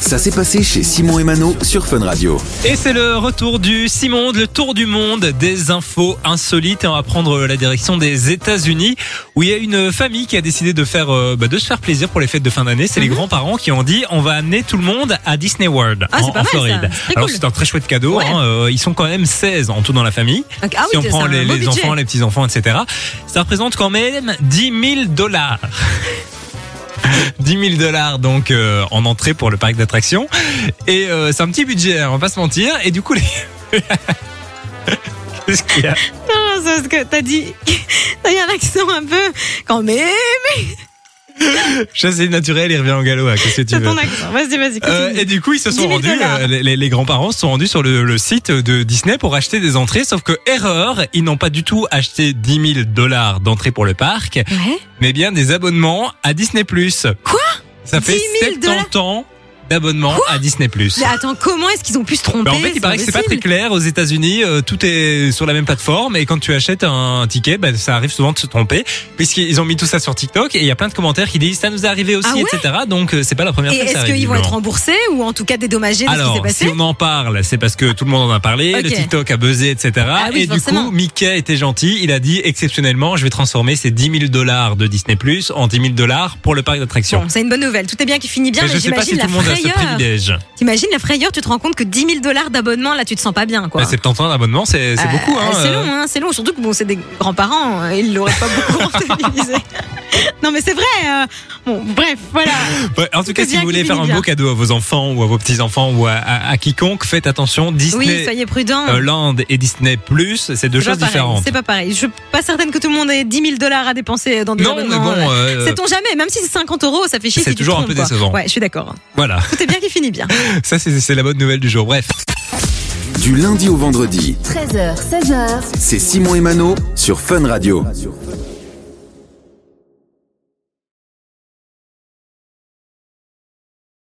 Ça s'est passé chez Simon et Mano sur Fun Radio. Et c'est le retour du Simonde, le tour du monde des infos insolites. Et on va prendre la direction des États-Unis où il y a une famille qui a décidé de faire euh, bah, de se faire plaisir pour les fêtes de fin d'année. Mhm. C'est les grands-parents qui ont dit on va amener tout le monde à Disney World Ah, c'est en, pas en mal, ça. Floride. C'est très Alors cool. c'est un très chouette cadeau. Ouais. hein. Euh, ils sont quand même 16 en tout dans la famille. Donc, ah si oui, on c'est prend un les, beau les budget. enfants, les petits enfants, etc. Ça représente quand même 10 000 dollars. 10 000 dollars donc euh, en entrée pour le parc d'attractions et euh, c'est un petit budget, hein, on va pas se mentir. Et du coup les Qu'est-ce qu'il y a Ah, c'est parce que t'as dit. T'as eu un accent un peu. Quand même, Je sais, c'est naturel, il revient en galop. hein, Qu'est-ce que tu c'est veux ton accent. Vas-y, vas-y. Euh, continue. et du coup, ils se 10 sont 000 rendus, dollars. euh, les, les- les grands-parents se sont rendus sur le, le site de Disney pour acheter des entrées, sauf que, erreur, ils n'ont pas du tout acheté 10 000 dollars d'entrée pour le parc, Ouais. mais bien des abonnements à Disney+. Quoi Ça fait 10 000 70 ans d'abonnement à Disney+. Mais attends, comment est-ce qu'ils ont pu se tromper Bah, en fait, il paraît que c'est pas très clair aux États-Unis. euh, tout est sur la même plateforme et quand tu achètes un ticket, bah, ça arrive souvent de se tromper puisqu'ils ont mis tout ça sur TikTok et il y a plein de commentaires qui disent ça nous est arrivé aussi, Ah ouais etc. Donc euh, c'est pas la première Et fois que ça est-ce arrive. qu'ils vont être visiblement. remboursés ou en tout cas dédommagés de ce qui Alors, s'est passé si on en parle, c'est parce que tout le monde en a parlé, Ok. le TikTok a buzzé, etc. Ah oui, et du forcément. coup, Mickey était gentil, il a dit exceptionnellement, je vais transformer ces 10 000 dollars de Disney Plus en 10 000 dollars pour le parc d'attractions. Bon, c'est une bonne nouvelle. Tout est bien qui finit bien, mais mais, je sais pas j'imagine si tout la le monde a ce frayeur. privilège. T'imagines la frayeur, tu te rends compte que 10 000 dollars d'abonnement, là, tu te sens pas bien, quoi. Bah, 70 ans d'abonnement, c'est c'est Euh, beaucoup. Hein, C'est euh. long, hein, c'est long. Surtout que bon, c'est des grands-parents, euh, ils l'auraient pas beaucoup rentabilisé. non, mais c'est vrai. euh, bon, bref, voilà. Ouais, en tout cas, est si bien vous qui voulez faire finit un bien. beau cadeau à vos enfants ou à vos petits-enfants ou à, à- à quiconque, faites attention. Oui, Disney soyez prudents. euh, Land et Disney Plus, c'est deux C'est pas choses pareil, différentes. C'est pas pareil. Je suis pas certaine que tout le monde ait 10 000 dollars à dépenser dans des Non, mais abonnements. bon, euh, Sait-on jamais, même si c'est 50 euros, ça fait chier. c'est si tu te toujours un trompes, peu quoi. décevant. Ouais, je suis d'accord. voilà, Tout est bien qui finit bien. ça c'est c'est la bonne nouvelle du jour. Bref. Du lundi au vendredi, 13h, 16h, c'est Simon et Mano sur Fun Radio.